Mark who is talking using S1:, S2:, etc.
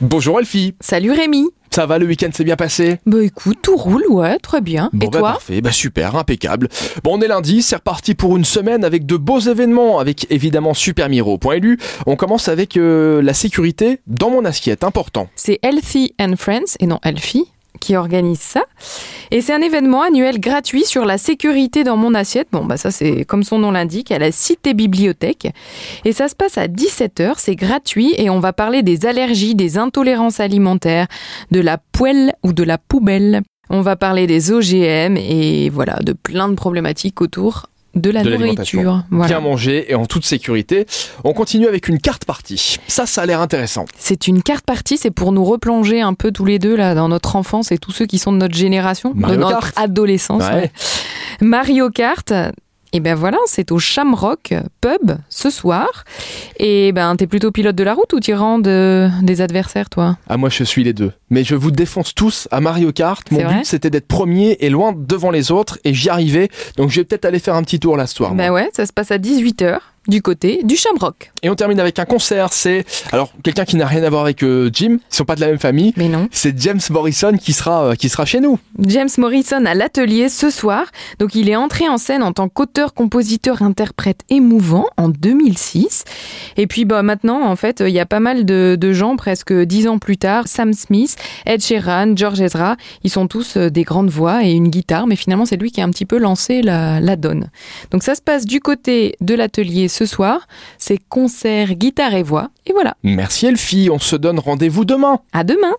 S1: Bonjour Elfie,
S2: Salut Rémi
S1: ça va, le week-end s'est bien passé
S2: Bah écoute, tout roule, ouais, très bien.
S1: Bon,
S2: Et
S1: bah,
S2: toi
S1: parfait, bah super, impeccable. Bon, on est lundi, c'est reparti pour une semaine avec de beaux événements, avec évidemment supermiro.lu. On commence avec euh, la sécurité dans mon assiette, important.
S2: C'est Healthy and Friends, et non Healthy, qui organise ça. Et c'est un événement annuel gratuit sur la sécurité dans mon assiette. Bon, bah ça c'est comme son nom l'indique, à la Cité Bibliothèque. Et ça se passe à 17h, c'est gratuit, et on va parler des allergies, des intolérances alimentaires, de la poêle ou de la poubelle. On va parler des OGM et voilà, de plein de problématiques autour de la
S1: De l'alimentation.
S2: nourriture. Voilà.
S1: Bien manger et en toute sécurité. On continue avec une carte partie. Ça, ça a l'air intéressant.
S2: C'est une carte partie, c'est pour nous replonger un peu tous les deux là dans notre enfance et tous ceux qui sont de notre génération,
S1: Mario
S2: de notre
S1: Kart.
S2: adolescence.
S1: Ouais.
S2: ouais. Mario Kart. Et ben voilà, c'est au Shamrock Pub ce soir. Et ben t'es plutôt pilote de la route ou tyran de, des adversaires, toi
S1: Ah, moi, je suis les deux. Mais je vous défonce tous à Mario Kart. Mon
S2: C'est vrai
S1: but, c'était d'être premier et loin devant les autres, et j'y arrivais. Donc, je vais peut-être aller faire un petit tour là ce soir. moi.
S2: Ben ouais, ça se passe à 18h du côté du Shamrock.
S1: Et on termine avec un concert. C'est alors quelqu'un qui n'a rien à voir avec euh, Jim. Ils sont pas de la même famille.
S2: Mais non.
S1: C'est James Morrison qui sera euh, qui sera chez nous.
S2: James Morrison à l'atelier ce soir. Donc il est entré en scène en tant qu'auteur, compositeur, interprète émouvant en 2006. Et puis bah maintenant en fait il y a pas mal de, de gens presque dix ans plus tard, Sam Smith, Ed Sheeran, George Ezra, ils sont tous euh, des grandes voix et une guitare, mais finalement c'est lui qui a un petit peu lancé la, la donne. Donc ça se passe du côté de l'atelier ce soir. C'est concert, guitare et voix. Et voilà,
S1: Merci Elfie. On se donne rendez-vous demain.
S2: à demain.